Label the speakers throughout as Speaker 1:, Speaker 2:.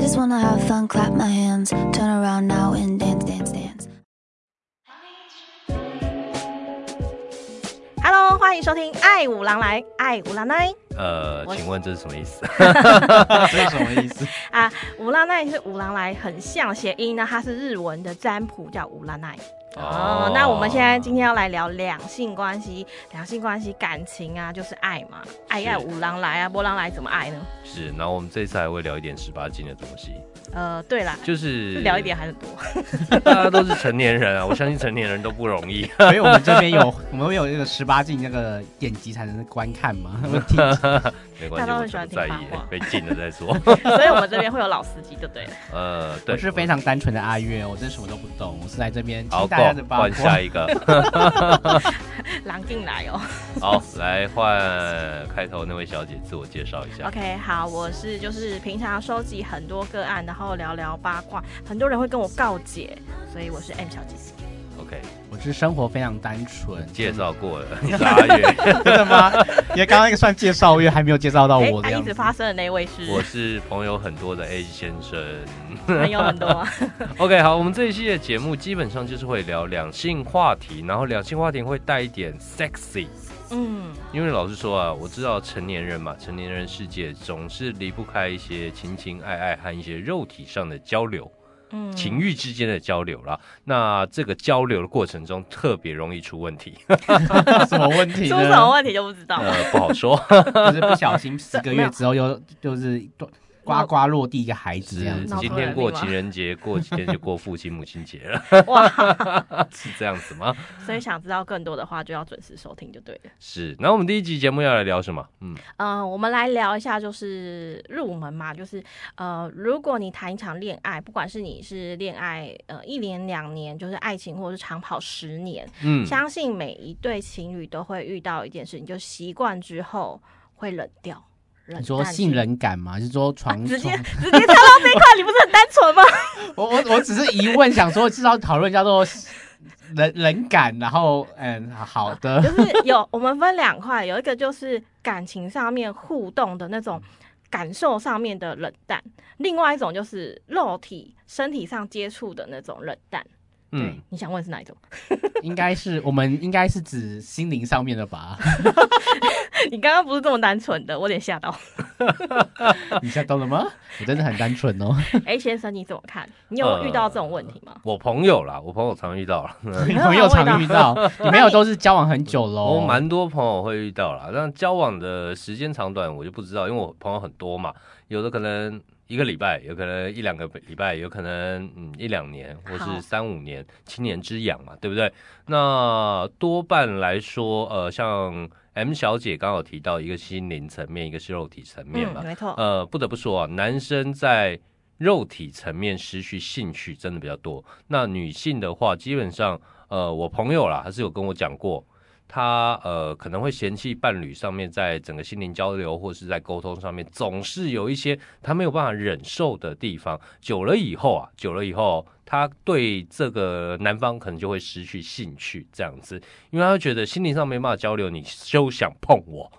Speaker 1: just wanna have fun, clap my hands, turn around now and dance, dance, dance.
Speaker 2: Hello，欢迎收听《爱五郎来》，爱五郎奈
Speaker 3: 呃，
Speaker 2: 我
Speaker 3: 请问这是什么意思？
Speaker 4: 这是什么意思？
Speaker 2: 啊，五郎奈是五郎来，很像谐音呢，它是日文的占卜叫五郎奈。 哦，那我们现在今天要来聊两性关系，两性关系感情啊，就是爱嘛，爱
Speaker 3: 是
Speaker 2: 爱五郎来啊，波郎来怎么爱呢？
Speaker 3: 是，然后我们这次还会聊一点十八禁的东西，
Speaker 2: 呃，对啦，
Speaker 3: 就是
Speaker 2: 聊一点，还是多，
Speaker 3: 大家都是成年人啊， 我相信成年人都不容 易。
Speaker 4: 所以我们这边有，我们会有那个十八禁那个点击才能观看吗？
Speaker 3: 嗯
Speaker 4: 我听
Speaker 3: 没
Speaker 2: 大家
Speaker 3: 关系，
Speaker 2: 都
Speaker 3: 我
Speaker 2: 很喜欢
Speaker 3: 才不在
Speaker 2: 听
Speaker 3: 意
Speaker 2: 八卦，
Speaker 3: 被禁了再说。
Speaker 2: 所以我们这边会有老司机，就 对了。
Speaker 3: 呃，对，
Speaker 4: 我是非常单纯的阿月，哦我真什么都不懂，我是来这边
Speaker 3: 好
Speaker 4: 听大
Speaker 3: 够
Speaker 4: 家的，八
Speaker 3: 换下
Speaker 4: 卦。
Speaker 3: 一个，
Speaker 2: 狼进来哦。
Speaker 3: 好，来换开头那位小姐自我介绍一下。
Speaker 2: OK，好，我是就是平常收集很多个案，然后聊聊八卦，很多人会跟我告解，所以我是 M 小姐姐。
Speaker 3: OK，
Speaker 4: 我是生活非常单纯。
Speaker 3: 介绍 过了，你是阿月，
Speaker 4: 真的吗？ 因为刚刚那个算介绍，因为还没有介绍到哦我的
Speaker 2: 哎一
Speaker 4: 样
Speaker 2: 直
Speaker 4: 子。
Speaker 2: 发生的那位是
Speaker 3: 我是朋友很多的 A 先生。
Speaker 2: 朋友很多 啊，
Speaker 3: OK，好，我们这一系列节目基本上就是会聊两性话题，然后两性话题会带一点 sexy，
Speaker 2: 嗯，
Speaker 3: 因为老实说啊，我知道成年人嘛，成年人世界总是离不开一些情情爱爱和一些肉体上的交流，
Speaker 2: 嗯
Speaker 3: 情欲之间的交流啦。那这个交流的过程中，特别容易出问题，
Speaker 4: 什么问
Speaker 2: 出
Speaker 4: 题
Speaker 2: 什么
Speaker 4: 呢？嗯
Speaker 2: 问题就不知道了。
Speaker 3: 呃，不 好说。
Speaker 4: 就是不小心十个月之后又就是呱呱落地一个孩子这样
Speaker 3: 是
Speaker 4: 子
Speaker 2: 脑。
Speaker 3: 今
Speaker 2: 中
Speaker 3: 天
Speaker 2: 有
Speaker 3: 过
Speaker 2: 病吗
Speaker 3: 情人节，过几天就过父亲母亲节了，
Speaker 2: 哇，
Speaker 3: 是这样子吗？
Speaker 2: 所以想知道更多的话，就要准时收听就对了。
Speaker 3: 是。那我们第一集节目要来聊什么？嗯，
Speaker 2: 嗯，我们来聊一下，就是入门嘛，就是呃，如果你谈一场恋爱，不管是你是恋爱呃一年两年，就是爱情，或者是长跑十年，
Speaker 3: 嗯
Speaker 2: 相信每一对情侣都会遇到一件事情，就习惯之后会冷掉。冷
Speaker 4: 你说
Speaker 2: 淡
Speaker 4: 信
Speaker 2: 去
Speaker 4: 任感吗？还是说
Speaker 2: 啊
Speaker 4: 床？
Speaker 2: 直接
Speaker 4: 床
Speaker 2: 直接跳到这一块，你不是很单纯吗？
Speaker 4: 我我我只是疑问，想说至少讨论一下说人人感，然后嗯，好的，
Speaker 2: 就是有我们分两块，有一个就是感情上面互动的那种感受上面的冷淡，另外一种就是肉体身体上接触的那种冷淡。
Speaker 3: 嗯
Speaker 2: 对，，你想问是哪一种？
Speaker 4: 应该是我们应该是指心灵上面的吧？
Speaker 2: 你刚刚不是这么单纯的，我有点吓 到。
Speaker 4: 你现在懂了吗？我真的很单纯哦，
Speaker 2: 哎，先生你怎么看？你有遇到这种问题吗？
Speaker 3: 我朋友啦，我朋友常遇到 啦，
Speaker 4: 你朋友常遇到，你朋友都是交往很久
Speaker 2: 哦
Speaker 3: 我
Speaker 4: 喽，
Speaker 3: 蛮多朋友会遇到啦，但交往的时间长短我就不知道，因为我朋友很多嘛，有的可能一个礼拜，有可能一两个礼拜，有可能嗯一两年，或
Speaker 2: 好
Speaker 3: 是三五年，七年之痒嘛，对不对？那多半来说，呃，像 M 小姐刚好提到一个心灵层面，一个是肉体层面嘛
Speaker 2: 嗯，，没错。
Speaker 3: 呃，不得不说啊，男生在肉体层面失去兴趣真的比较多。那女性的话，基本上，呃，我朋友啦，还是有跟我讲过，她呃可能会嫌弃伴侣上面在整个心灵交流或是在沟通上面，总是有一些她没有办法忍受的地方。久了以后啊，久了以后，她对这个男方可能就会失去兴趣，这样子，因为她会觉得心灵上没办法交流，你休想碰我。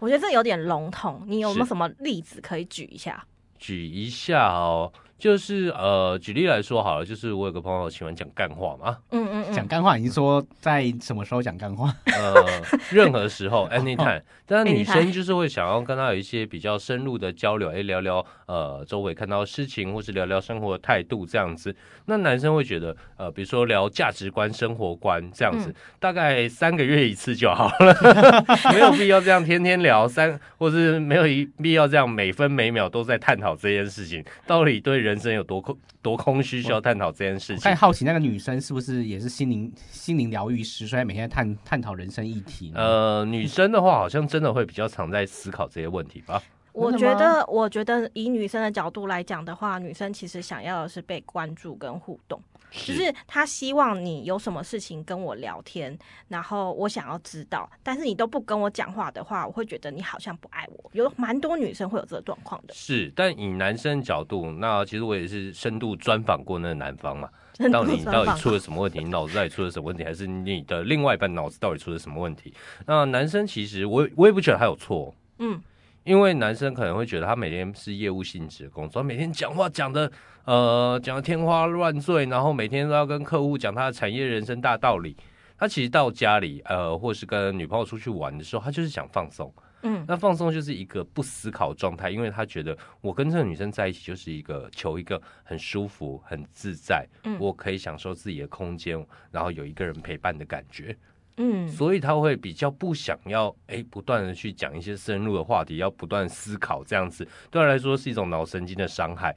Speaker 2: 我觉得这有点笼统，你有没有
Speaker 3: 是
Speaker 2: 什么例子可以举一下？
Speaker 3: 举一下哦，就是呃，举例来说好了，就是我有个朋友喜欢讲干话嘛，
Speaker 2: 嗯嗯
Speaker 4: 讲
Speaker 2: 嗯，
Speaker 4: 干话，你是说在什么时候讲干话？
Speaker 3: 呃，任何时候 anytime，但是女
Speaker 2: anytime
Speaker 3: 生就是会想要跟他有一些比较深入的交流，哎，聊聊呃周围看到的事情，或是聊聊生活的态度这样子。那男生会觉得呃，比如说聊价值观、生活观这样子，
Speaker 2: 嗯
Speaker 3: 大概三个月一次就好了， 没有必要这样天天聊三，或是没有一必要这样每分每秒都在探讨这件事情，到底对人生有多空多空虚，需要探讨这件事
Speaker 4: 我
Speaker 3: 情
Speaker 4: 太。好奇那个女生是不是也是心灵心灵疗愈师，所以每天探探讨人生议题呢？
Speaker 3: 呃，女生的话好像真的会比较常在思考这些问题吧。
Speaker 2: 我
Speaker 4: 真的
Speaker 2: 觉
Speaker 4: 吗
Speaker 2: 得，我觉得以女生的角度来讲的话，女生其实想要的是被关注跟互动，
Speaker 3: 是
Speaker 2: 就是她希望你有什么事情跟我聊天，然后我想要知道，但是你都不跟我讲话的话，我会觉得你好像不爱我。有蛮多女生会有这个状况的，
Speaker 3: 是，但以男生角度，那其实我也是深度专访过那个男方嘛，
Speaker 2: 真的
Speaker 3: 到底你
Speaker 2: 是很
Speaker 3: 到
Speaker 2: 棒
Speaker 3: 底出了什么问题？你脑子到底出了什么问题？还是你的另外一半脑子到底出了什么问题？那男生其实我也我也不觉得他有错，
Speaker 2: 嗯，
Speaker 3: 因为男生可能会觉得他每天是业务性质的工作，他每天讲话讲的呃讲的天花乱坠，然后每天都要跟客户讲他的产业人生大道理。他其实到家里呃，或是跟女朋友出去玩的时候，他就是想放松。
Speaker 2: 嗯，
Speaker 3: 那放松就是一个不思考状态，因为他觉得我跟这个女生在一起就是一个求一个很舒服、很自在，
Speaker 2: 嗯
Speaker 3: 我可以享受自己的空间，然后有一个人陪伴的感觉。
Speaker 2: 嗯，
Speaker 3: 所以他会比较不想要哎，不断的去讲一些深入的话题，要不断思考这样子，对他来说是一种脑神经的伤害。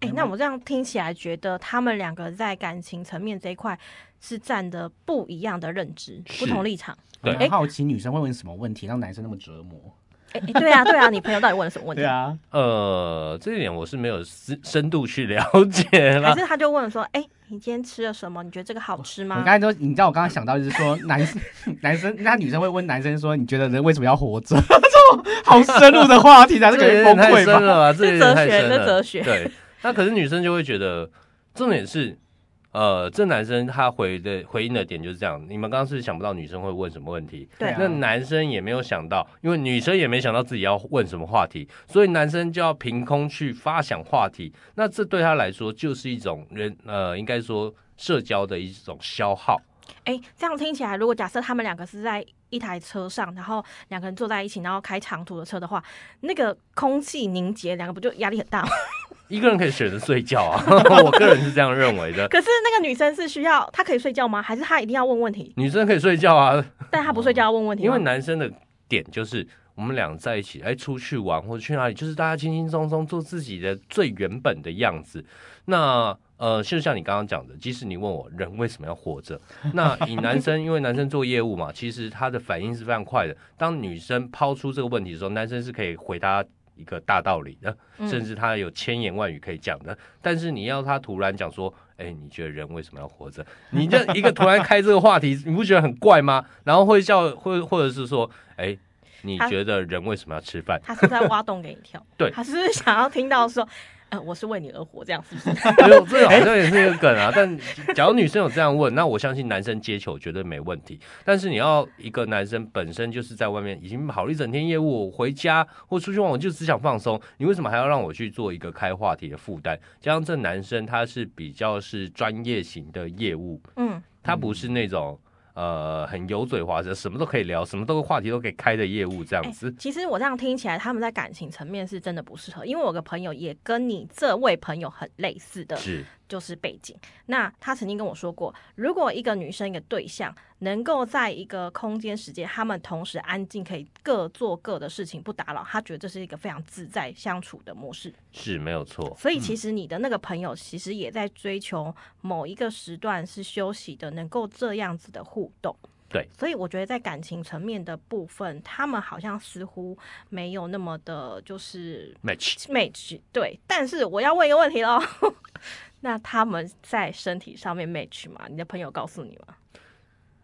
Speaker 2: 哎、那我这样听起来觉得他们两个在感情层面这一块是站的不一样的认知，
Speaker 3: 是
Speaker 2: 不同立场。
Speaker 3: 对
Speaker 4: 我很好奇女生会问什么问题让男生那么折磨？
Speaker 2: 哎、哎对啊，对啊，你朋友到底问了什么问题？
Speaker 4: 对啊，
Speaker 3: 呃，这一点我是没有深深度去了解
Speaker 2: 还
Speaker 3: 啦。
Speaker 2: 是他就问说，哎、你今天吃了什么？你觉得这个好吃
Speaker 4: 我
Speaker 2: 吗
Speaker 4: 刚？才都，你知道我刚刚想到就是说，男生男生那女生会问男生说，你觉得人为什么要活着？ 这种好深入的话题，男
Speaker 3: 这
Speaker 4: 生
Speaker 3: 个
Speaker 4: 肯
Speaker 3: 有点
Speaker 4: 定崩
Speaker 3: 太
Speaker 4: 溃
Speaker 3: 深
Speaker 4: 吧？
Speaker 3: 了吧？这个有点太深了。
Speaker 2: 这哲学这哲
Speaker 3: 对，那可是女生就会觉得，重点是，呃，这男生他回的回应的点就是这样。你们刚刚是不是想不到女生会问什么问题，
Speaker 2: 对
Speaker 4: 啊
Speaker 3: 那男生也没有想到，因为女生也没想到自己要问什么话题，所以男生就要凭空去发想话题。那这对他来说就是一种人呃，应该说社交的一种消耗。
Speaker 2: 哎、这样听起来，如果假设他们两个是在一台车上，然后两个人坐在一起，然后开长途的车的话，那个空气凝结，两个不就压力很大吗？
Speaker 3: 一个人可以选择睡觉啊， 我个人是这样认为的。
Speaker 2: 可是那个女生是需要，她可以睡觉吗？还是她一定要问问题？
Speaker 3: 女生可以睡觉啊，
Speaker 2: 但她不睡觉要问问题
Speaker 3: 因
Speaker 2: 吗，
Speaker 3: 为男生的点就是我们俩在一起，哎，出去玩或者去哪里，就是大家轻轻松松做自己的最原本的样子。那呃，就像你刚刚讲的，即使你问我人为什么要活 着，那以男生，因为男生做业务嘛，其实他的反应是非常快的。当女生抛出这个问题的时候，男生是可以回答。一个大道理的，
Speaker 2: 嗯
Speaker 3: 甚至他有千言万语可以讲的，但是你要他突然讲说，哎、你觉得人为什么要活着？你这一个突然开这个话题， 你不觉得很怪吗？然后会笑，会或者是说，哎、你
Speaker 2: 他
Speaker 3: 觉得人为什么要吃饭？
Speaker 2: 她是在挖洞给你跳，
Speaker 3: 对
Speaker 2: 她是不是想要听到说，呃，我是为你而活，这样是不是？
Speaker 3: 哎呦，这好像也是一个梗啊。但假如女生有这样问，那我相信男生接球绝对没问题。但是你要一个男生本身就是在外面已经跑了一整天业务，我回家或出去玩，我就只想放松。你为什么还要让我去做一个开话题的负担？加上这男生他是比较是专业型的业务，
Speaker 2: 嗯，
Speaker 3: 他不是那种。呃，很油嘴滑舌，什么都可以聊，什么都话题都可以开的业务这
Speaker 2: 哎
Speaker 3: 样子。
Speaker 2: 其实我这样听起来，他们在感情层面是真的不适合，因为我有个朋友也跟你这位朋友很类似的
Speaker 3: 是，
Speaker 2: 就是背景。那他曾经跟我说过，如果一个女生一个对象能够在一个空间时间，他们同时安静，可以各做各的事情，不打扰，他觉得这是一个非常自在相处的模式。
Speaker 3: 是没有错，
Speaker 2: 所以其实你的那个朋友其实也在追求某一个时段是休息的，能够这样子的互动。
Speaker 3: 对，
Speaker 2: 所以我觉得在感情层面的部分，他们好像似乎没有那么的，就是
Speaker 3: ，match
Speaker 2: match 对，但是我要问一个问题喽， 那他们在身体上面 match 吗？你的朋友告诉你 吗？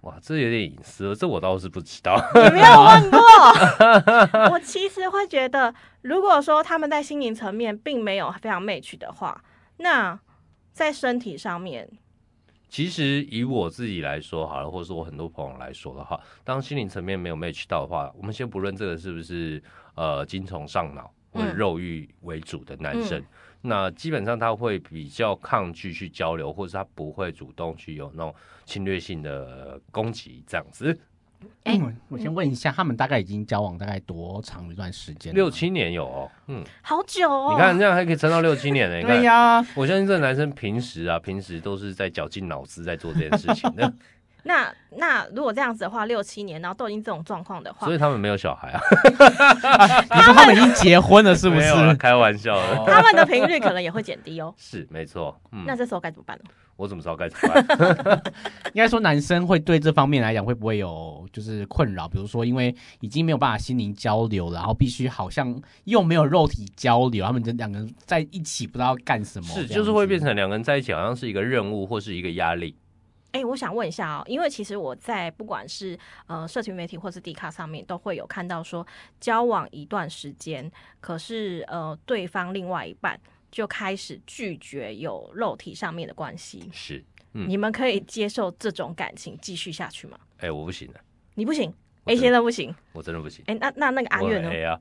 Speaker 3: 哇，这有点隐私了，这我倒是不知道。
Speaker 2: 你没有问过。 我其实会觉得，如果说他们在心灵层面并没有非常 match 的话，那在身体上面，
Speaker 3: 其实以我自己来说好了，或者是我很多朋友来说的话，当心灵层面没有 match 到的话，我们先不论这个是不是呃
Speaker 4: 嗯
Speaker 3: 精虫上脑或者
Speaker 2: 嗯
Speaker 3: 肉欲为主的男生，
Speaker 2: 嗯
Speaker 3: 那基本上他会比较抗拒去交流，或者是他不会主动去有那种侵略性的攻击这样子。
Speaker 2: 哎
Speaker 4: 嗯我先问一下，他们大概已经交往大概多长一段时间了？
Speaker 3: 六七年有哦，嗯，
Speaker 2: 好久哦。
Speaker 3: 你看这样还可以撑到六七年呢、你看
Speaker 4: 对呀、
Speaker 3: 我相信这个男生平时啊，平时都是在绞尽脑汁在做这件事 情的，
Speaker 2: 那那如果这样子的话，六七年，然后都已经这种状况的话
Speaker 3: 所以，他们没有小孩啊，
Speaker 4: 你说他们已经结婚了是不
Speaker 3: 没
Speaker 4: 是
Speaker 3: 有？啊啦开玩笑的。
Speaker 2: 他们的频率可能也会减低哦。
Speaker 3: 是没错，嗯，
Speaker 2: 那这时候该怎么办呢？
Speaker 3: 我怎么知道该怎么 办？
Speaker 4: 应该说，男生会对这方面来讲会不会有就是困扰？比如说，因为已经没有办法心灵交流了，然后必须好像又没有肉体交流，他们这两个人在一起不知道干什么，
Speaker 3: 是，
Speaker 4: 这样
Speaker 3: 就是会
Speaker 4: 子
Speaker 3: 变成两个人在一起，好像是一个任务或是一个压力。
Speaker 2: 哎、我想问一下哦，因为其实我在不管是呃社群媒体或是 D 卡上面，都会有看到说交往一段时间，可是呃对方另外一半就开始拒绝有肉体上面的关系，
Speaker 3: 是，嗯
Speaker 2: 你们可以接受这种感情继续下去吗？
Speaker 3: 哎、我不行了，
Speaker 2: 你不行，
Speaker 3: 我
Speaker 2: A
Speaker 3: 真
Speaker 2: 先
Speaker 3: 的
Speaker 2: 生不行，
Speaker 3: 我真的不行。
Speaker 2: 哎、那那那个阿
Speaker 3: 我
Speaker 2: 月
Speaker 3: 很
Speaker 2: 呢？
Speaker 3: A 啊，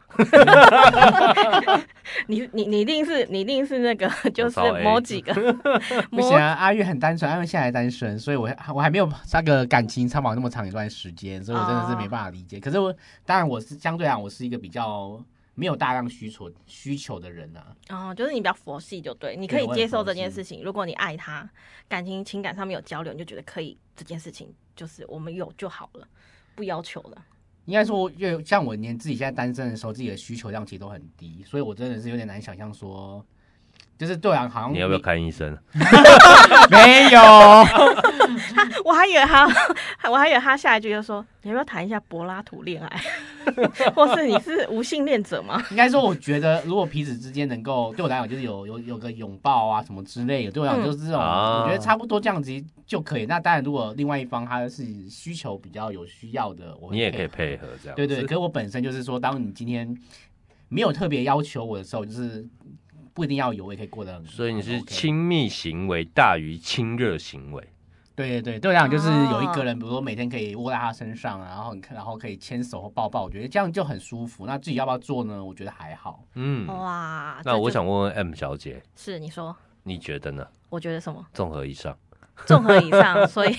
Speaker 2: 你你你一定是你一定是那个就是
Speaker 3: 超 A
Speaker 2: 某几 个
Speaker 4: 不
Speaker 2: 某
Speaker 4: 行啊，阿月很单纯，阿月现在还单身，所以我我还没有那个感情参访那么长一段时间，所以我真的是没办法理解。可是我当然我是相对来讲，我是一个比较没有大量需求需求的人啊。
Speaker 2: 哦，就是你比较佛系就对，你可以
Speaker 4: 对我很
Speaker 2: 接受
Speaker 4: 佛
Speaker 2: 这件
Speaker 4: 系
Speaker 2: 事情。如果你爱他，感情情感上面有交流，你就觉得可以这件事情就是我们有就好了，不要求了。
Speaker 4: 应该说，越像我连自己现在单身的时候，自己的需求量其实都很低，所以我真的是有点难想象说，就是对啊，好像
Speaker 3: 你要不要看医生？
Speaker 4: 没有？
Speaker 2: 我还以为他， 我还以为他下一句就说：“你要不要谈一下柏拉图恋爱？ 或是你是无性恋者吗
Speaker 4: 应该说，我觉得如果彼此之间能够对我来讲就是有有有个拥抱啊什么之类的，对我来讲就是这种，
Speaker 3: 嗯啊
Speaker 4: 我觉得差不多这样子就可以。那当然，如果另外一方他是需求比较有需要的，我会
Speaker 3: 你也可以
Speaker 4: 合
Speaker 3: 配合这样。
Speaker 4: 对对，可是我本身就是说，当你今天没有特别要求我的时候，就是不一定要有，我也可以过得很。
Speaker 3: 所以你是
Speaker 4: 很 OK
Speaker 3: 亲密行为大于亲热行为。
Speaker 4: 对对对，对我来讲就是有一个人，比如说每天可以窝在他身上，啊然后你看，然后可以牵手或抱抱，我觉得这样就很舒服。那自己要不要做呢？我觉得还好。
Speaker 3: 嗯？”，
Speaker 2: 哇，这
Speaker 3: 那
Speaker 2: 哦就
Speaker 3: 我想问问 M 小姐，
Speaker 2: 是你说，
Speaker 3: 你觉得呢？
Speaker 2: 我觉得什么？
Speaker 3: 综合以上
Speaker 2: 综合以上， 所以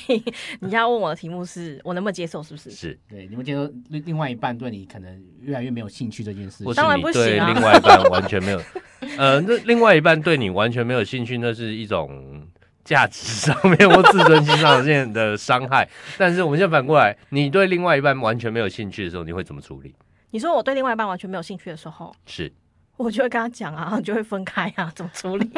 Speaker 2: 你要问我的题目是我能不能接受，是不是？
Speaker 3: 是，
Speaker 4: 对，你会接受另另外一半对你可能越来越没有兴趣这件事
Speaker 3: 或
Speaker 4: 情
Speaker 2: 当。
Speaker 3: 是
Speaker 2: 然
Speaker 3: 你
Speaker 2: 不行
Speaker 3: 对
Speaker 2: 啊
Speaker 3: 另外一半完全没有，呃，那另外一半对你完全没有兴趣，那是一种价值上面或自尊心上面的伤害。但是我们现在反过来，你对另外一半完全没有兴趣的时候，你会怎么处理？
Speaker 2: 你说我对另外一半完全没有兴趣的时候，
Speaker 3: 是
Speaker 2: 我就会跟他讲啊，就会分开啊，怎么处理？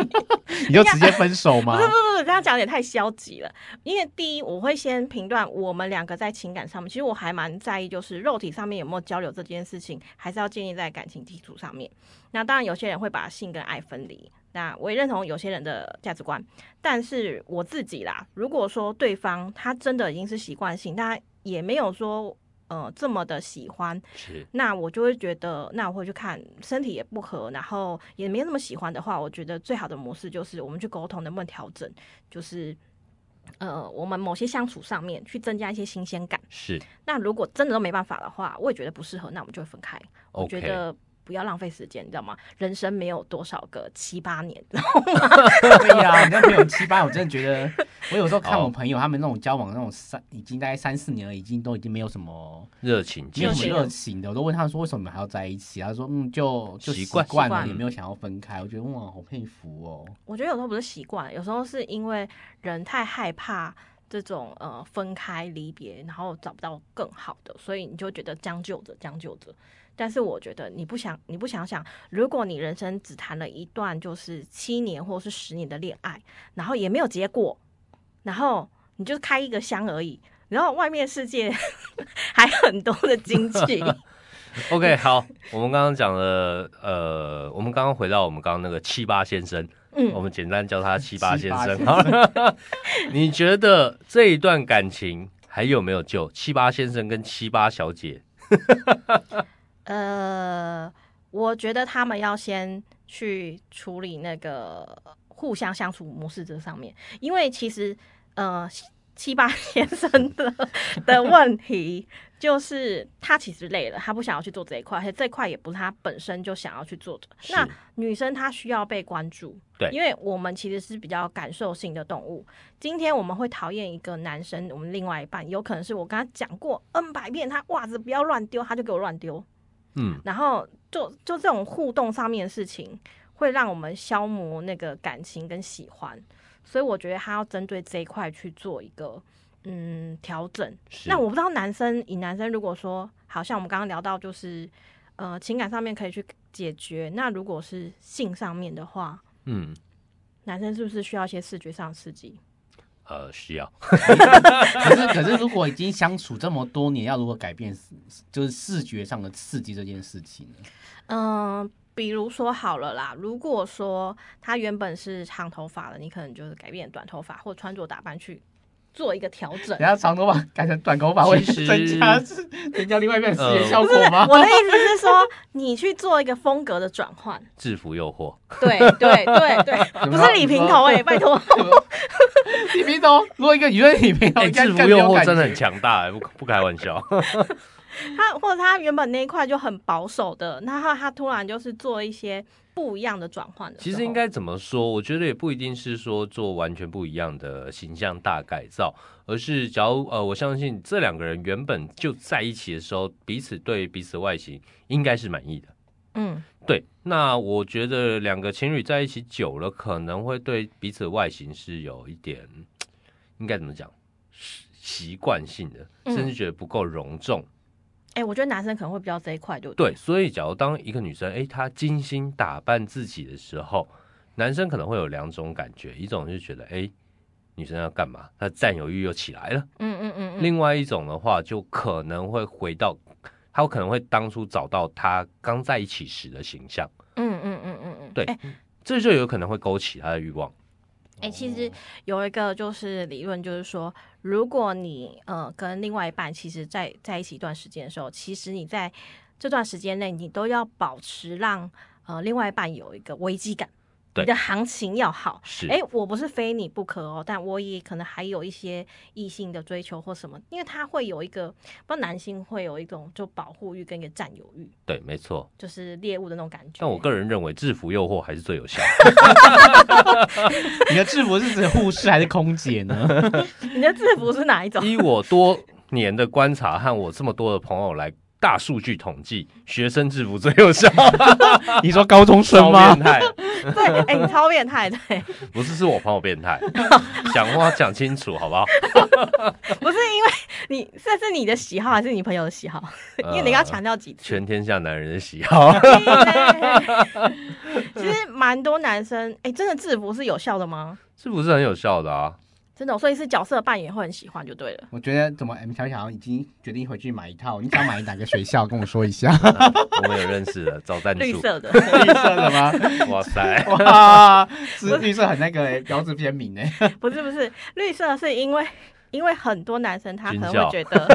Speaker 4: 你就直接分手吗
Speaker 2: 不是不是不是，跟他讲有点太消极了。因为第一，我会先评断我们两个在情感上面，其实我还蛮在意，就是肉体上面有没有交流这件事情，还是要建立在感情基础上面。那当然，有些人会把性跟爱分离。那我也认同有些人的价值观，但是我自己啦，如果说对方他真的已经是习惯性，他也没有说呃这么的喜欢，
Speaker 3: 是，
Speaker 2: 那我就会觉得，那我会去看身体也不合，然后也没那么喜欢的话，我觉得最好的模式就是我们去沟通能不能调整，就是呃，我们某些相处上面去增加一些新鲜感。
Speaker 3: 是
Speaker 2: 那如果真的都没办法的话，我也觉得不适合，那我们就会分开。我觉
Speaker 3: OK。
Speaker 2: 得不要浪费时间，你知道吗？人生没有多少个七八年，
Speaker 4: 对呀、你那朋友七八，我真的觉得， 我有时候看我
Speaker 3: 哦
Speaker 4: 朋友他们那种交往那种三，已经大概三四年了，已经都已经没有什么
Speaker 3: 热情
Speaker 4: 没有
Speaker 3: 渐
Speaker 4: 什
Speaker 3: 起
Speaker 4: 么热情的，我都问他说为什么你们还要在一起？他说嗯，就就
Speaker 3: 习
Speaker 4: 习
Speaker 3: 惯
Speaker 4: 惯
Speaker 2: 习
Speaker 4: 了，
Speaker 2: 惯
Speaker 4: 也没有想要分开。我觉得哇，好佩服哦。
Speaker 2: 我觉得有时候不是习惯，有时候是因为人太害怕这种呃分开离别，然后找不到更好的，所以你就觉得将就着，将就着。但是我觉得你不想，你不想想，如果你人生只谈了一段就是七年或是十年的恋爱，然后也没有结果，然后你就开一个箱而已，然后外面世界 还很多的惊奇，
Speaker 3: OK，好，我们刚刚讲了，呃，我们刚刚回到我们刚刚那个七八先生，我
Speaker 2: 嗯，
Speaker 3: 们简单叫他七八先生。
Speaker 4: 七
Speaker 3: 好了， 你觉得这一段感情还有没有救？七八先生跟七八小姐，
Speaker 2: 呃，我觉得他们要先去处理那个互相相处模式这上面，因为其实呃，七七八先生的的问题就是他其实累了，他不想要去做这一块，而且这一块也不是他本身就想要去做的。
Speaker 3: 是
Speaker 2: 那女生她需要被关注，
Speaker 3: 对
Speaker 2: 因为我们其实是比较感受性的动物。今天我们会讨厌一个男生，我们另外一半有可能是我跟他讲过 N 百遍，他袜子不要乱丢，他就给我乱丢。
Speaker 3: 嗯，
Speaker 2: 然后就就这种互动上面的事情，会让我们消磨那个感情跟喜欢，所以我觉得他要针对这一块去做一个嗯调整。
Speaker 3: 是。
Speaker 2: 那我不知道男生以男生如果说，好像我们刚刚聊到就是呃情感上面可以去解决，那如果是性上面的话，
Speaker 3: 嗯
Speaker 2: 男生是不是需要一些视觉上的刺激？
Speaker 3: 呃需要
Speaker 4: 可是可是，如果已经相处这么多年，要如何改变视就是视觉上的刺激这件事情呢？
Speaker 2: 嗯，比如说好了啦，如果说他原本是长头发的，你可能就是改变短头发或穿着打扮去做一个调整
Speaker 4: 等。下长头发改成短头发会
Speaker 3: 其实呃
Speaker 4: 增加增加另外一半的视觉效果吗？
Speaker 2: 我的意思是说，你去做一个风格的转换。
Speaker 3: 制服诱惑，
Speaker 2: 对对对对，不是李平头哎、拜托。
Speaker 4: 你平头，如果一个女生你平头，
Speaker 3: 哎、
Speaker 4: 应该
Speaker 3: 制服
Speaker 4: 更没
Speaker 3: 诱
Speaker 4: 有
Speaker 3: 惑
Speaker 4: 感
Speaker 3: 真的
Speaker 4: 觉
Speaker 3: 很。强大、哎不不开玩笑。
Speaker 2: 他或者他原本那一块就很保守的，然后他突然就是做一些不一样的转换的时
Speaker 3: 其
Speaker 2: 候，
Speaker 3: 实应该怎么说？我觉得也不一定是说做完全不一样的形象大改造，而是假如呃，我相信这两个人原本就在一起的时候，彼此对彼此的外形应该是满意的。
Speaker 2: 嗯
Speaker 3: 对，那我觉得两个情侣在一起久了，可能会对彼此的外形是有一点，应该怎么讲，习习惯性的，
Speaker 2: 嗯
Speaker 3: 甚至觉得不够隆重。
Speaker 2: 哎、我觉得男生可能会比较这一块，对不
Speaker 3: 对，所以假如当一个女生，诶，她精心打扮自己的时候，男生可能会有两种感觉，一种是觉得，诶，女生要干嘛？她占有欲又起来了。
Speaker 2: 嗯嗯嗯嗯，
Speaker 3: 另外一种的话，就可能会回到，她可能会当初找到她刚在一起时的形象，
Speaker 2: 嗯嗯嗯嗯嗯，
Speaker 3: 对
Speaker 2: 哎
Speaker 3: 这就有可能会勾起她的欲望。
Speaker 2: 哎、其
Speaker 3: 哦
Speaker 2: 实有一个就是理论，就是说，如果你呃跟另外一半其实在在一起一段时间的时候，其实你在这段时间内，你都要保持让呃另外一半有一个危机感，
Speaker 3: 对
Speaker 2: 你的行情要好。
Speaker 3: 是，
Speaker 2: 哎、我不是非你不可哦，但我也可能还有一些异性的追求或什么，因为他会有一个，不知道男性会有一种就保护欲跟一个占有欲，
Speaker 3: 对，没错。
Speaker 2: 就是猎物的那种感觉。
Speaker 3: 但我个人认为，制服诱惑还是最有效。
Speaker 4: 你的制服是指护士还是空姐 呢？
Speaker 2: 你的制服是哪一种？
Speaker 3: 依我多年的观察和我这么多的朋友来大数据统计，学生制服最 有效，
Speaker 4: 你说高中生
Speaker 3: 超
Speaker 4: 吗
Speaker 3: 变？态。
Speaker 2: 对，哎、你超变态，对。
Speaker 3: 不是，是我朋友变态， 讲话讲清楚好不好？
Speaker 2: 不是因为你，这是你的喜好还是你朋友的喜好？ 因为你要强
Speaker 3: 呃
Speaker 2: 调几次。
Speaker 3: 全天下男人的喜好，
Speaker 2: 其实蛮多男生，哎、真的制服是有效的吗？
Speaker 3: 是不是很有效的啊？
Speaker 2: 真的哦，所以是角色扮演会很喜欢就对了。
Speaker 4: 我觉得怎么 M 小姐好像已经决定回去买一套，你想买哪个学校？跟我说一下。
Speaker 3: 我们有认识的，找赞
Speaker 2: 绿
Speaker 3: 助，
Speaker 2: 色的，
Speaker 4: 绿色的吗？
Speaker 3: 哇塞，
Speaker 4: 哇，是绿色很那个、欸、标志鲜明哎、
Speaker 2: 不是不是，绿色是因为因为很多男生他可能
Speaker 3: 军校
Speaker 2: 会觉得，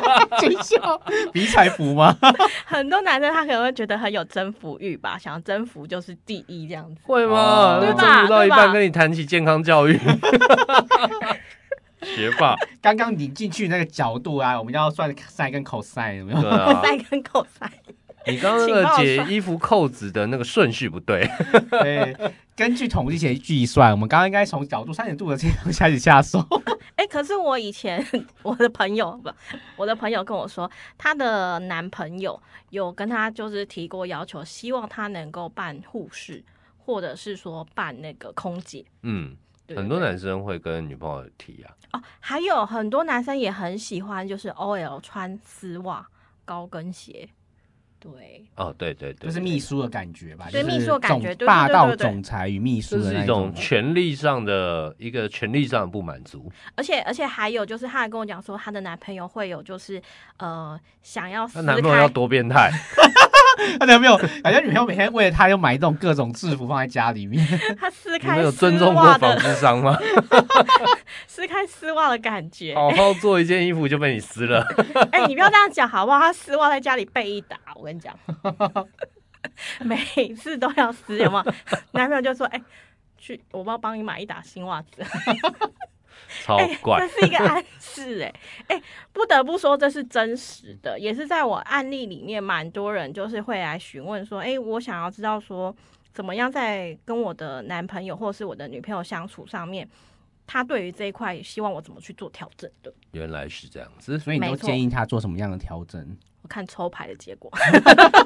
Speaker 4: 真笑 迷彩服吗？
Speaker 2: 很多男生他可能会觉得很有征服欲吧，想要征服就是第一这样子。
Speaker 3: 会吗？
Speaker 4: 哦对
Speaker 2: 吧
Speaker 3: 征服到一
Speaker 2: 对
Speaker 3: 半
Speaker 2: 吧
Speaker 3: 跟你谈起健康教育， 学霸，
Speaker 4: 刚刚你进去那个角度啊，我们要算 sin 跟 cos 有没有
Speaker 3: 对？啊，
Speaker 2: 塞跟口塞，
Speaker 3: 你刚刚
Speaker 2: 请
Speaker 3: 那
Speaker 2: 帮我
Speaker 3: 个解
Speaker 2: 算
Speaker 3: 衣服扣子的那个顺序不对，
Speaker 4: 对，根据统计学计算，我们刚刚应该从角度三点度的这样开始下手。
Speaker 2: 哎、可是我以前 我的朋友不，我的朋友跟我说，她的男朋友有跟她就是提过要求，希望她能够办护士，或者是说办那个空姐。
Speaker 3: 嗯，
Speaker 2: 对
Speaker 3: 很多
Speaker 2: 对
Speaker 3: 男生会跟女朋友提啊，
Speaker 2: 哦，还有很多男生也很喜欢，就是 OL 穿丝袜、高跟鞋。对，
Speaker 3: 哦，对对对，
Speaker 4: 就是秘书的感觉吧，
Speaker 2: 对
Speaker 4: 就是
Speaker 2: 秘书的感觉
Speaker 4: 总
Speaker 2: 对对对
Speaker 4: 霸道
Speaker 2: 对对对
Speaker 4: 总裁与秘书
Speaker 3: 这
Speaker 4: 的
Speaker 3: 是
Speaker 4: 那
Speaker 3: 一种 权力上的一个权力上的不满足，
Speaker 2: 而且而且还有就是，她还跟我讲说，她的男朋友会有就是呃，想要
Speaker 3: 那
Speaker 2: 撕
Speaker 3: 男朋友要
Speaker 2: 开。
Speaker 3: 多变态，
Speaker 4: 她男朋友，好像女朋友每天为了他又买这种各种制服放在家里 面，，
Speaker 2: 他撕
Speaker 3: 你们
Speaker 2: 开
Speaker 3: 有
Speaker 2: 丝
Speaker 3: 尊重过
Speaker 2: 袜
Speaker 3: 纺
Speaker 2: 的，
Speaker 3: 织 商吗？
Speaker 2: 撕开丝袜的感觉。
Speaker 3: 好好做一件衣服就被你撕 了，
Speaker 2: 哎、你不要这样讲好不好？他丝袜在家里被一打，我跟你讲，每次都要撕，有吗？男朋友就说：“哎、去，我帮帮你买一打新袜子。
Speaker 3: 超
Speaker 2: 哎，
Speaker 3: 怪。
Speaker 2: 这是一个暗示、哎，哎，不得不说这是真实的，也是在我案例里面，蛮多人就是会来询问说：“哎、我想要知道说，怎么样在跟我的男朋友或是我的女朋友相处上面，他对于这一块希望我怎么去做调整的。”
Speaker 3: 原来是这样子
Speaker 4: 所以你都
Speaker 2: 没错
Speaker 4: 建议他做什么样的调整？
Speaker 2: 我看抽牌的结果，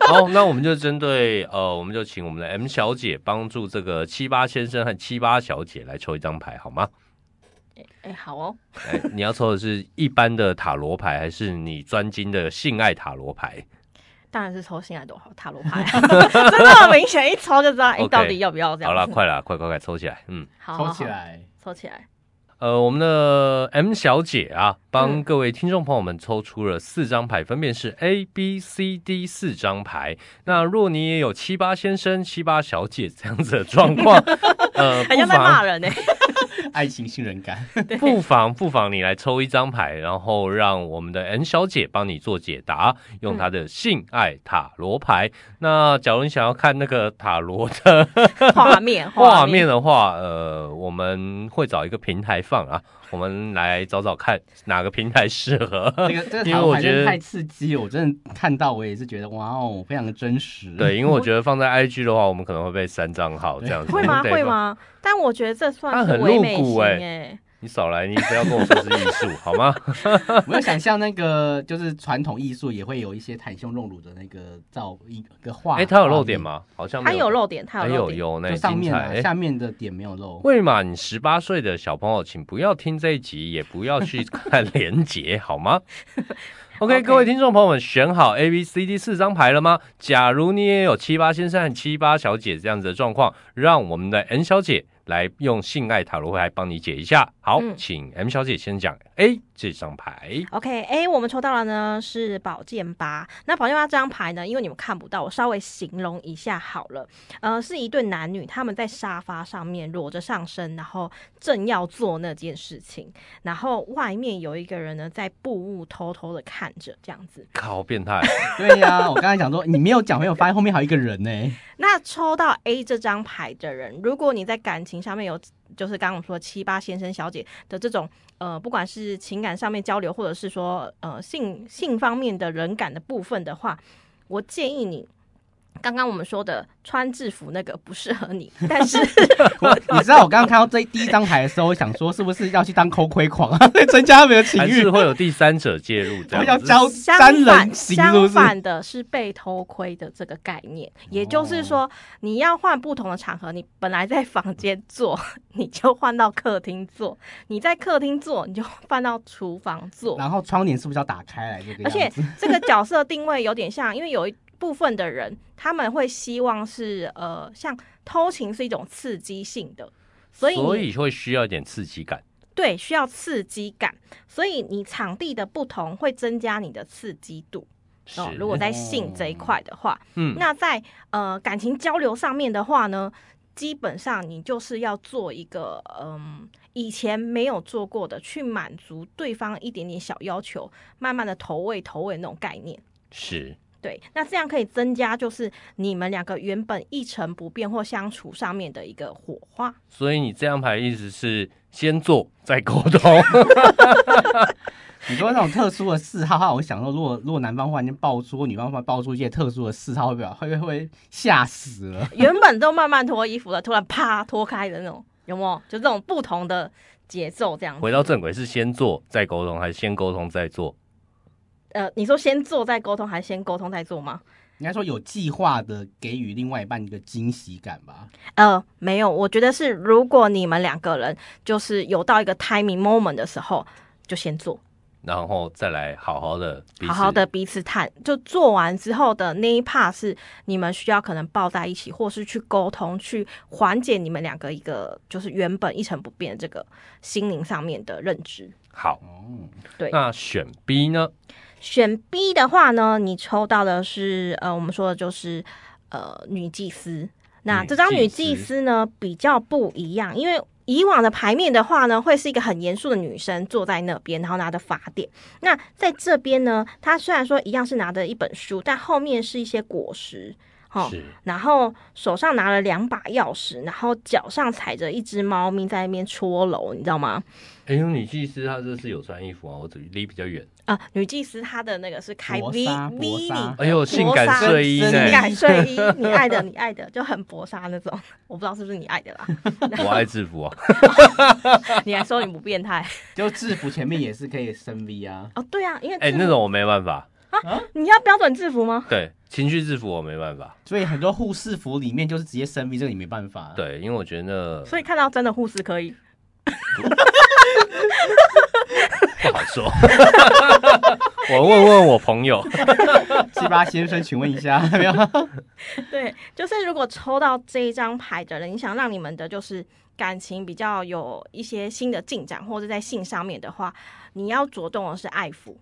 Speaker 3: 好，那我们就针对呃，我们就请我们的 M 小姐帮助这个七八先生和七八小姐来抽一张牌好吗？
Speaker 2: 哎、好哦。
Speaker 3: 哎，你要抽的是一般的塔罗牌，还是你专精的性爱塔罗牌？
Speaker 2: 当然是抽性爱多好塔罗牌、啊 真的很明显，一抽就知道，哎、
Speaker 3: OK
Speaker 2: 到底要不要这样
Speaker 3: 好
Speaker 2: 子？
Speaker 3: 啦，快啦，快快快抽起来，嗯。
Speaker 2: 好，好
Speaker 4: 抽起，来，
Speaker 2: 好抽起来。
Speaker 3: 呃，我们的 M 小姐啊，帮
Speaker 2: 嗯
Speaker 3: 各位听众朋友们抽出了四张牌，分别是 A、B、C、D 四张牌。那若你也有七 八先生、七八小姐这样子的状况，呃，
Speaker 2: 很
Speaker 3: 不
Speaker 2: 像在骂
Speaker 3: 妨
Speaker 2: 人呢、欸，
Speaker 4: 爱情信 任感。
Speaker 3: 不妨不妨你来抽一张牌，然后让我们的 N 小姐帮你做解答，用她的性爱塔罗牌。那假如你想要看那个塔罗的
Speaker 2: 画面
Speaker 3: 画面的话，呃，我们会找一个平台放 啊，我们来找找看哪个平台适 合。
Speaker 2: 哦
Speaker 4: 这个这个
Speaker 3: 因为
Speaker 4: 塔罗
Speaker 3: 我
Speaker 4: 牌
Speaker 3: 觉
Speaker 4: 真的
Speaker 3: 得
Speaker 4: 太刺激了，我真的看到我也是觉得哇哦，非常的真实。
Speaker 3: 对，因为我觉得放在 IG 的话，我们可能会被删账号这样子。
Speaker 2: 会吗？
Speaker 3: 对
Speaker 2: 会？吗？但我觉得这算
Speaker 3: 它
Speaker 2: 是
Speaker 3: 很
Speaker 2: 唯
Speaker 3: 露
Speaker 2: 美
Speaker 3: 骨
Speaker 2: 型
Speaker 3: 欸
Speaker 2: 哎，
Speaker 3: 你少来，你不要跟我说是艺术好 吗？
Speaker 4: 我有想象那个就是传统艺术也会有一些袒胸露乳的那个造一个画。
Speaker 3: 哎、它有漏
Speaker 4: 画
Speaker 3: 点
Speaker 4: 面？
Speaker 3: 吗？好像
Speaker 2: 它
Speaker 3: 没
Speaker 2: 有，漏点，它
Speaker 3: 哎
Speaker 2: 有漏
Speaker 3: 有
Speaker 2: 点。
Speaker 3: 有那
Speaker 4: 就上面啊，
Speaker 3: 精彩
Speaker 4: 下面的点没有露。
Speaker 3: 未满十八岁的小朋友，请不要听这一集，也不要去看 连结，好吗？OK，
Speaker 2: OK
Speaker 3: 各位听众朋友们，选好 A、B、C、D 四张牌了吗？假如你也有七八先生和七八小姐这样子的状况，让我们的 N 小姐来用性爱塔罗牌帮你解一下。好，
Speaker 2: 嗯
Speaker 3: 请 M 小姐先讲 A 这张牌。
Speaker 2: OK，A 我们抽到了呢是宝剑八。那宝剑八这张牌呢，因为你们看不到，我稍微形容一下好了。呃，是一对男女，他们在沙发上面裸着上身，然后正要做那件事情，然后外面有一个人呢在布物偷偷的看着这样子。
Speaker 3: 靠，变态！
Speaker 4: 对呀、 我刚才讲说你没有讲，没有发现后面还有一个 人呢、
Speaker 2: 那抽到 A 这张牌的人，如果你在感情上面有，就是刚刚我们说七八先生小姐的这种呃，不管是情感上面交流，或者是说呃性性方面的人感的部分的话，我建议你。刚刚我们说的穿制服那个不适合你，但是
Speaker 4: 我你知道我刚刚看到这第一张牌的时候，我想说是不是要去当抠窥狂啊， 会增加他们的情
Speaker 3: 还
Speaker 4: 欲
Speaker 3: 是？会有第三者介入 这
Speaker 4: 我要
Speaker 3: 样子。
Speaker 4: 教
Speaker 2: 相
Speaker 4: 三
Speaker 2: 反
Speaker 4: 人行是不
Speaker 2: 相
Speaker 4: 是？
Speaker 2: 反的是被偷窥的这个概念，
Speaker 4: 哦
Speaker 2: 也就是说，你要换不同的场合，你本来在房间做，你就换到客厅做；你在客厅做，你就换到厨房做。
Speaker 4: 然后窗帘是不是要打开来这
Speaker 2: 而
Speaker 4: 个样子？
Speaker 2: 且这个角色定位有点像，因为有一部分的人他们会希望是呃，像偷情是一种刺激性的，所以你
Speaker 3: 所以会需要一点刺激感。
Speaker 2: 对需要刺激感，所以你场地的不同会增加你的刺激度。
Speaker 3: 是
Speaker 2: 哦，，如果在性这一块的话，
Speaker 3: 嗯，
Speaker 2: 那在呃感情交流上面的话呢，基本上你就是要做一个嗯以前没有做过的，去满足对方一点点小要求，慢慢的投喂投喂那种概念。
Speaker 3: 是
Speaker 2: 对，那这样可以增加就是你们两个原本一成不变或相处上面的一个火花。
Speaker 3: 所以你这张牌意思是先做再沟 通，
Speaker 4: 你说那种特殊的嗜好，哈，我想说，如果如果男方忽然间爆出，女方忽然爆出一些特殊的嗜好，会不会会不会吓死了？
Speaker 2: 原本都慢慢脱衣服了，突然啪脱开的那种，有没有？就这种不同的节奏这样子。
Speaker 3: 回到正轨是先做再沟通，还是先沟通再做？
Speaker 2: 呃，你说先做再沟通，还是先沟通再做吗？
Speaker 4: 应该说有计划的给予另外一半一个惊喜感吧。
Speaker 2: 呃，没有，我觉得是如果你们两个人就是有到一个 timing moment 的时候，就先做，
Speaker 3: 然后再来好好的彼此
Speaker 2: 好好的彼此探，就做完之后的那一 part 是你们需要可能抱在一起，或是去沟通，去缓解你们两个一个就是原本一成不变的这个心灵上面的认知。
Speaker 3: 好。
Speaker 4: 哦，
Speaker 2: 对
Speaker 3: 那选 B 呢？
Speaker 2: 选 B 的话呢，你抽到的是呃，我们说的就是呃女祭司。那
Speaker 3: 女
Speaker 2: 这张女
Speaker 3: 祭
Speaker 2: 祭
Speaker 3: 司
Speaker 2: 司呢比较不一样，因为以往的牌面的话呢，会是一个很严肃的女生坐在那边，然后拿着法典。那在这边呢，她虽然说一样是拿着一本书，但后面是一些果实，哦，
Speaker 3: 是
Speaker 2: 然后手上拿了两把钥匙，然后脚上踩着一只猫咪在那边搓揉，你知道吗？
Speaker 3: 哎呦，女祭司她这是有穿衣服啊，我只离比较远。
Speaker 2: 啊、女祭司她的那个是开
Speaker 4: 薄
Speaker 2: V
Speaker 4: 纱
Speaker 2: V
Speaker 4: 薄纱
Speaker 2: 领
Speaker 3: 哎呦，性感睡衣呢
Speaker 4: 真的
Speaker 2: 性
Speaker 4: 对？
Speaker 2: 感睡衣，你爱的，你爱的，就很薄纱那种， 我不知道是不是你爱的 啦。
Speaker 3: 我爱制 服啊，
Speaker 2: 你还说你不变态
Speaker 4: 就制服前面也是可以升 V 啊。
Speaker 2: 哦？对啊，因为
Speaker 3: 哎，
Speaker 2: 制
Speaker 3: 那
Speaker 2: 服
Speaker 3: 种我没办法，
Speaker 2: 你要标准制服吗？
Speaker 3: 对，情绪制服我没办法，
Speaker 4: 所以很多护士服里面就是直接升 V，这个你没办法。，啊
Speaker 3: 对，因为我觉得
Speaker 2: 啊所以看到真的护士可以，
Speaker 3: 不好 说。我问问我朋友，
Speaker 4: 七八先生，请问一下， 没有？
Speaker 2: 对，就是如果抽到这一张牌的人，你想让你们的就是感情比较有一些新的进展，或者在性上面的话，你要着重的是爱抚，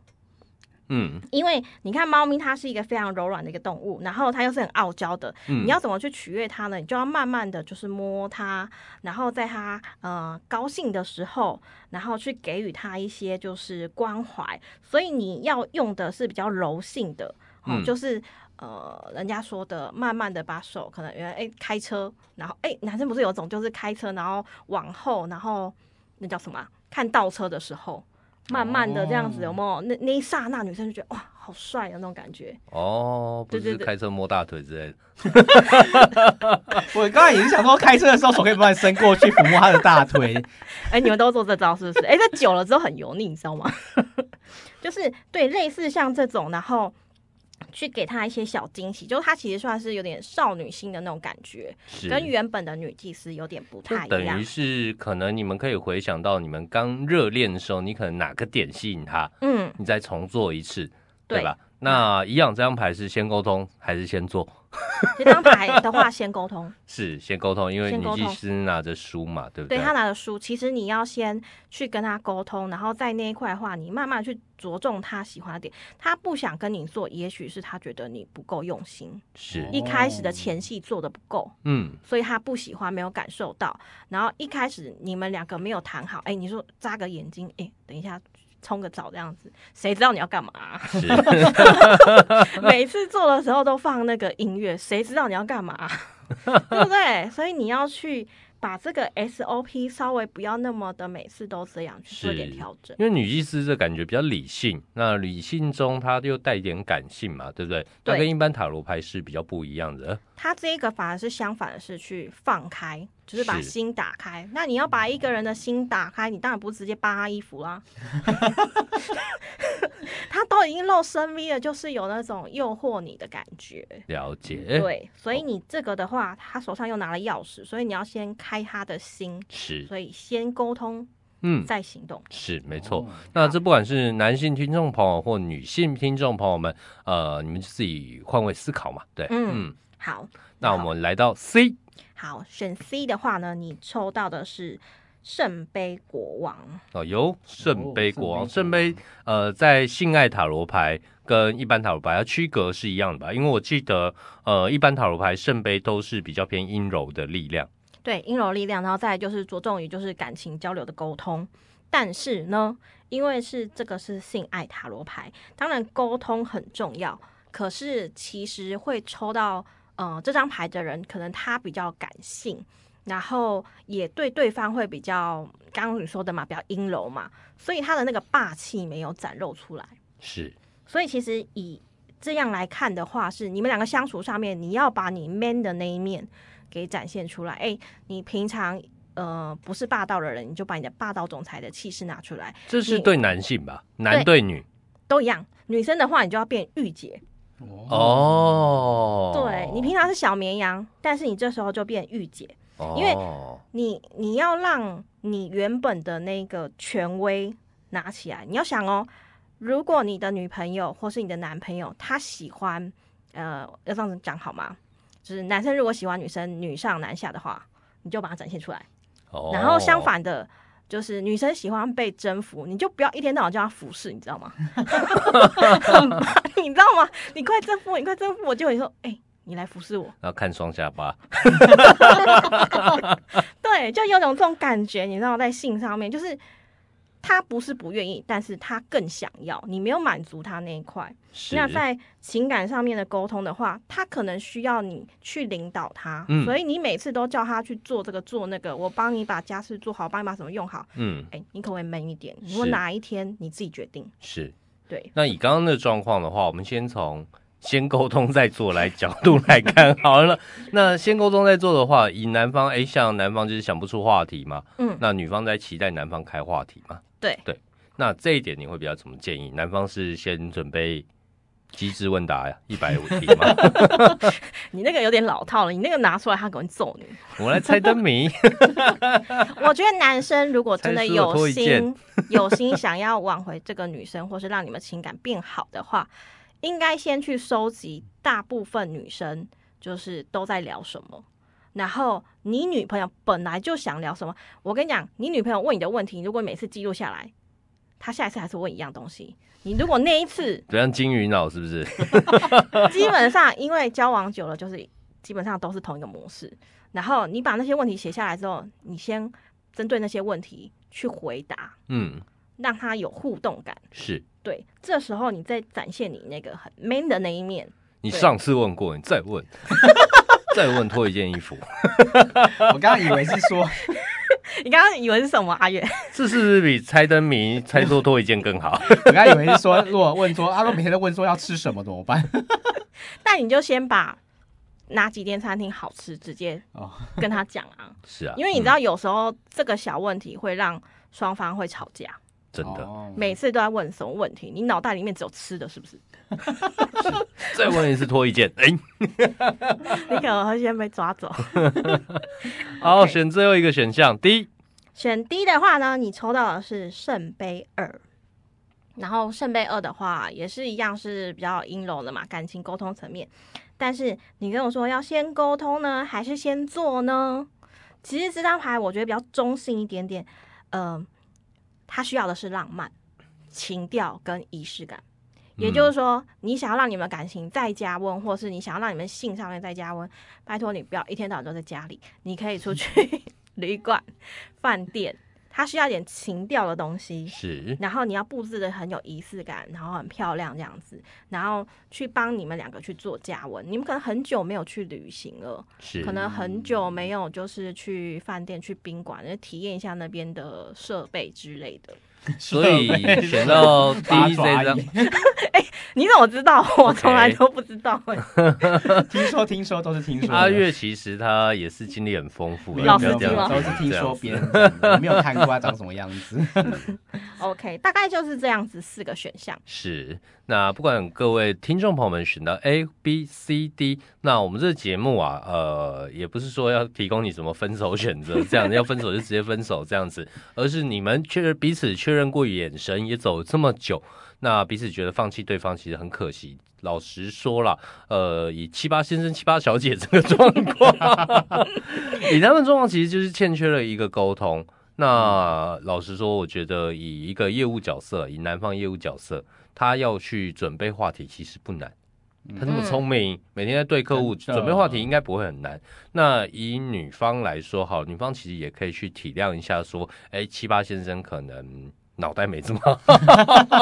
Speaker 3: 嗯，
Speaker 2: 因为你看猫咪它是一个非常柔软的一个动物，然后它又是很傲娇的，
Speaker 3: 嗯
Speaker 2: 你要怎么去取悦它呢？你就要慢慢的就是摸它，然后在它呃高兴的时候，然后去给予它一些就是关怀，所以你要用的是比较柔性的，哦，
Speaker 3: 嗯
Speaker 2: 就是。呃，人家说的，慢慢的把手，可能原来哎开车，然后哎男生不是有种就是开车，然后往后，然后那叫什么啊、看倒车的时候，慢慢的这样子，
Speaker 4: 哦
Speaker 2: 有没有？那那一刹那，女生就觉得哇，好帅啊那种感觉。
Speaker 3: 哦，不
Speaker 2: 对对
Speaker 3: 是
Speaker 2: 对
Speaker 3: 开车摸大腿之类的，
Speaker 4: 我刚才也是想说，开车的时候手可以慢慢伸过去抚摸他的大腿，
Speaker 2: 哎、你们都做这招是不是？哎、这久了之后很油腻，你知道吗？ 就是对，类似像这种，然后去给她一些小惊喜，就是她其实算是有点少女心的那种感觉，
Speaker 3: 是
Speaker 2: 跟原本的女祭司有点不
Speaker 3: 就
Speaker 2: 太一
Speaker 3: 等
Speaker 2: 样
Speaker 3: 于。是可能你们可以回想到你们刚热恋的时候，你可能哪个点吸引他，
Speaker 2: 嗯，
Speaker 3: 你再重做一次，
Speaker 2: 对嗯
Speaker 3: 对吧？那一样这张牌是先沟通还是先做？
Speaker 2: 这张牌的话，先沟通。
Speaker 3: 是先沟通，因为
Speaker 2: 先
Speaker 3: 女
Speaker 2: 沟
Speaker 3: 技
Speaker 2: 通
Speaker 3: 师拿着书嘛，对不
Speaker 2: 对他拿的书，其实你要先去跟他沟通，然后在那一块的话，你慢慢去着重他喜欢的点。他不想跟你做，也许是他觉得你不够用心，
Speaker 3: 是，
Speaker 2: 一开始的前戏做的不够，
Speaker 3: 嗯，
Speaker 2: 所以他不喜欢，没有感受到。然后一开始你们两个没有谈好，哎，你说扎个眼睛，哎，等一下。冲个澡这样子，谁知道你要干嘛、啊
Speaker 3: 嗯 是
Speaker 2: 每次做的时候都放那个音乐，谁知道你要干 嘛、对不对？所以你要去把这个 SOP 稍微不要那么的每次都这样，去做一点
Speaker 3: 是
Speaker 2: 调整。
Speaker 3: 因为女技师这感觉比较理性，那理性中她又带一点感性嘛，对不对？它
Speaker 2: 对
Speaker 3: 跟一般塔罗牌是比较不一样的，
Speaker 2: 他这个反而是相反的是去放开，就是把
Speaker 3: 是
Speaker 2: 心打开。那你要把一个人的心打开，你当然不是直接扒他衣服 啦。他都已经露身 V 了，就是有那种诱惑你的感觉。
Speaker 3: 了解，，
Speaker 2: 嗯对，所以你这个的话，他手上又拿了钥匙，所以你要先开他的心，
Speaker 3: 是，
Speaker 2: 所以先沟通
Speaker 3: 嗯，
Speaker 2: 再行动。
Speaker 3: 是没
Speaker 2: 哦
Speaker 3: 错。那这不管是男性听众朋友或女性听众朋友们，呃，你们自己换位思考嘛，对，
Speaker 2: 嗯好，
Speaker 3: 那我们来到 C，
Speaker 2: 好选 C 的话呢，你抽到的是圣杯国王。
Speaker 3: 哦，由圣杯国王，
Speaker 4: 哦
Speaker 3: 圣
Speaker 4: 圣
Speaker 3: 杯
Speaker 4: 杯
Speaker 3: 呃，在性爱塔罗牌跟一般塔罗牌它区隔是一样的吧？因为我记得呃，一般塔罗牌圣杯都是比较偏阴柔的力量，
Speaker 2: 对，阴柔力量，然后再来就是着重于就是感情交流的沟通。但是呢，因为是这个是性爱塔罗牌，当然沟通很重要。可是其实会抽到呃这张牌的人，可能他比较感性，然后也对对方会比较刚刚你说的嘛，比较阴柔嘛，所以他的那个霸气没有展露出来。
Speaker 3: 是
Speaker 2: 所以其实以这样来看的话，是你们两个相处上面，你要把你 man 的那一面给展现出来。哎、你平常呃不是霸道的人，你就把你的霸道总裁的气势拿出来，
Speaker 3: 这是
Speaker 2: 你
Speaker 3: 对男性吧？男对女
Speaker 2: 都一样。女生的话，你就要变御姐，
Speaker 3: 哦，
Speaker 2: 对你平常是小绵羊，但是你这时候就变御姐，
Speaker 3: 哦
Speaker 2: 因为你你要让你原本的那个权威拿起来。你要想哦，如果你的女朋友或是你的男朋友他喜欢，呃，要这样子讲好吗？就是男生如果喜欢女生，女上男下的话，你就把它展现出来。
Speaker 3: 哦
Speaker 2: 然后相反的，就是女生喜欢被征服，你就不要一天到晚叫她服侍，你知道吗？ 很烦你知道吗？你快征服我，你快征服我，结果你说，哎、你来服侍我。
Speaker 3: 然后看双下巴，
Speaker 2: 对，就有种这种感觉，你知道，在性上面，就是他不是不愿意，但是他更想要，你没有满足他那一块。
Speaker 3: 是
Speaker 2: 那在情感上面的沟通的话，他可能需要你去领导他，
Speaker 3: 嗯
Speaker 2: 所以你每次都叫他去做这个做那个，我帮你把家事做好，帮你把什么用好。
Speaker 3: 嗯
Speaker 2: 哎、你可不可以闷一点？
Speaker 3: 是
Speaker 2: 如果哪一天你自己决定，
Speaker 3: 是
Speaker 2: 对，
Speaker 3: 那以刚刚的状况的话，我们先从先沟通再做来角度来 看好了。那先沟通再做的话，以男方诶，像男方就是想不出话题嘛，
Speaker 2: 嗯，
Speaker 3: 那女方在期待男方开话题嘛。
Speaker 2: 对
Speaker 3: 对，那这一点你会比较怎么建议？男方是先准备机智问答呀，一百五题吗？
Speaker 2: 你那个有点老套了，你那个拿出来，他可能揍你。
Speaker 3: 我们来猜灯谜，
Speaker 2: 我觉得男生如果真的
Speaker 3: 参数
Speaker 2: 有
Speaker 3: 多一件
Speaker 2: 心有心想要挽回这个女生，或是让你们情感变好的话，应该先去收集大部分女生就是都在聊什么。然后你女朋友本来就想聊什么，我跟你讲，你女朋友问你的问题，如果每次记录下来，他下一次还是问一样东西。你如果那一次
Speaker 3: 怎样金鱼脑是不是？
Speaker 2: 基本上因为交往久了，就是基本上都是同一个模式。然后你把那些问题写下来之后，你先针对那些问题去回答，
Speaker 3: 嗯，
Speaker 2: 让他有互动感。
Speaker 3: 是
Speaker 2: 对，这时候你再展现你那个很 man 的那一面。
Speaker 3: 你
Speaker 2: 对
Speaker 3: 上次问过，你 再问，再问脱一件衣服，
Speaker 4: 我刚刚以为是 说，
Speaker 2: 你刚刚以为是什么？阿啊月，
Speaker 3: 这是不是比猜灯谜猜错脱一件更好？
Speaker 4: 我刚刚以为是说，如果问说阿洛每天都问说要吃什么怎么办？
Speaker 2: 那你就先把哪几间餐厅好吃直接
Speaker 4: 哦
Speaker 2: 跟他讲 啊，
Speaker 3: 是啊，
Speaker 2: 因为你知
Speaker 3: 嗯
Speaker 2: 道有时候这个小问题会让双方会吵架，
Speaker 3: 真的，
Speaker 4: 哦
Speaker 2: 每次都在问什么问题，你脑袋里面只有吃的，是 不是？
Speaker 3: 再问一次脱一件， 哎，
Speaker 2: 你可能会先被抓走。
Speaker 3: 好，
Speaker 2: OK
Speaker 3: 选最后一个选项，D，
Speaker 2: 选 D 的话呢，你抽到的是圣杯二，然后圣杯二的话也是一样是比较阴柔的嘛，感情沟通层面。但是你跟我说要先沟通呢，还是先做呢？其实这张牌我觉得比较中性一点点，呃，它需要的是浪漫、情调跟仪式感。也就是说，你想要让你们感情再加温，或是你想要让你们性上面再加温，拜托你不要一天到晚都在家里，你可以出去
Speaker 3: 嗯
Speaker 2: 旅馆、饭店，它需要一点情调的东西。
Speaker 3: 是
Speaker 2: 然后你要布置的很有仪式感，然后很漂亮这样子，然后去帮你们两个去做加温。你们可能很久没有去旅行了，
Speaker 3: 是，
Speaker 2: 可能很久没有就是去饭店、去宾馆，就体验一下那边的设备之类的。
Speaker 3: 所以选 到 D
Speaker 4: 八爪
Speaker 3: 这张
Speaker 4: 鱼，
Speaker 2: 你怎么知道？我
Speaker 3: OK
Speaker 2: 从来都不知道、欸。
Speaker 4: 听说听说都是听说的。
Speaker 3: 阿月其实他也是经历很丰富的，
Speaker 2: 老
Speaker 3: 不
Speaker 2: 司
Speaker 3: 要
Speaker 2: 机
Speaker 3: 这样
Speaker 2: 吗
Speaker 4: 都
Speaker 3: 子
Speaker 4: 是听说，别人讲的，我没有看过他长什么样子。
Speaker 2: OK，大概就是这样子四个选 项。
Speaker 3: 是，那不管各位听众朋友们选到 A、B、C、D，那我们这个节目啊，呃，也不是说要提供你什么分手选择， 这样要分手就直接分手这样子，而是你们确认彼此确认过眼神，也走这么久，那彼此觉得放弃对方其实很可惜。老实说了，呃，以七八先生、七八小姐这个状况，以他们状况其实就是欠缺了一个沟通。那老实说，我觉得以一个业务角色，以南方业务角色，他要去准备话题其实不难。他那么聪明，每天在对客户
Speaker 4: 真的
Speaker 3: 准备话题应该不会很难。那以女方来说，好，女方其实也可以去体谅一下，说，哎，七八先生可能脑袋没这么好，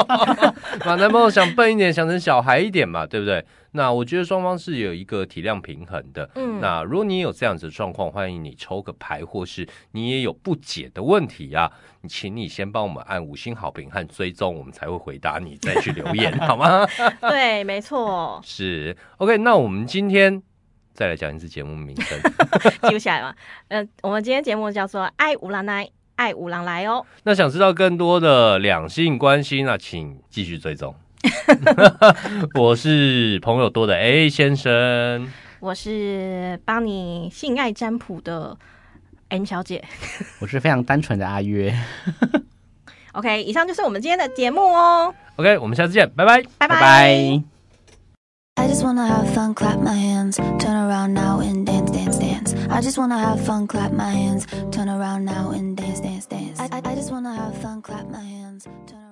Speaker 3: 把男朋友想笨一点，想成小孩一点嘛，对不对？那我觉得双方是有一个体谅平衡的。
Speaker 2: 嗯
Speaker 3: 那如果你有这样子的状况，欢迎你抽个牌，或是你也有不解的问题啊，你请你先帮我们按五星好评和追踪，我们才会回答你，再去留言好吗？
Speaker 2: 对，没错，
Speaker 3: 是 OK，那我们今天再来讲一次节目名称。
Speaker 2: 记不起来吗？嗯、我们今天节目叫做《爱无郎来》，爱无郎来哦。
Speaker 3: 那想知道更多的两性关系，那请继续追踪。 我是朋友多的 A 先生，
Speaker 2: 我是帮你性爱占卜的 M 小姐。
Speaker 4: 我是非常单纯的阿月，
Speaker 2: OK，以上就是我们今天的节目哦，
Speaker 3: OK，我们下次见，拜拜。
Speaker 2: 拜
Speaker 4: 拜拜。
Speaker 1: I just wanna have fun, clap my hands, turn around now and dance, dance, dance. I just wanna have fun, clap my hands, turn around now and dance, dance, dance. I, I, I just wanna have fun, clap my hands, turn around.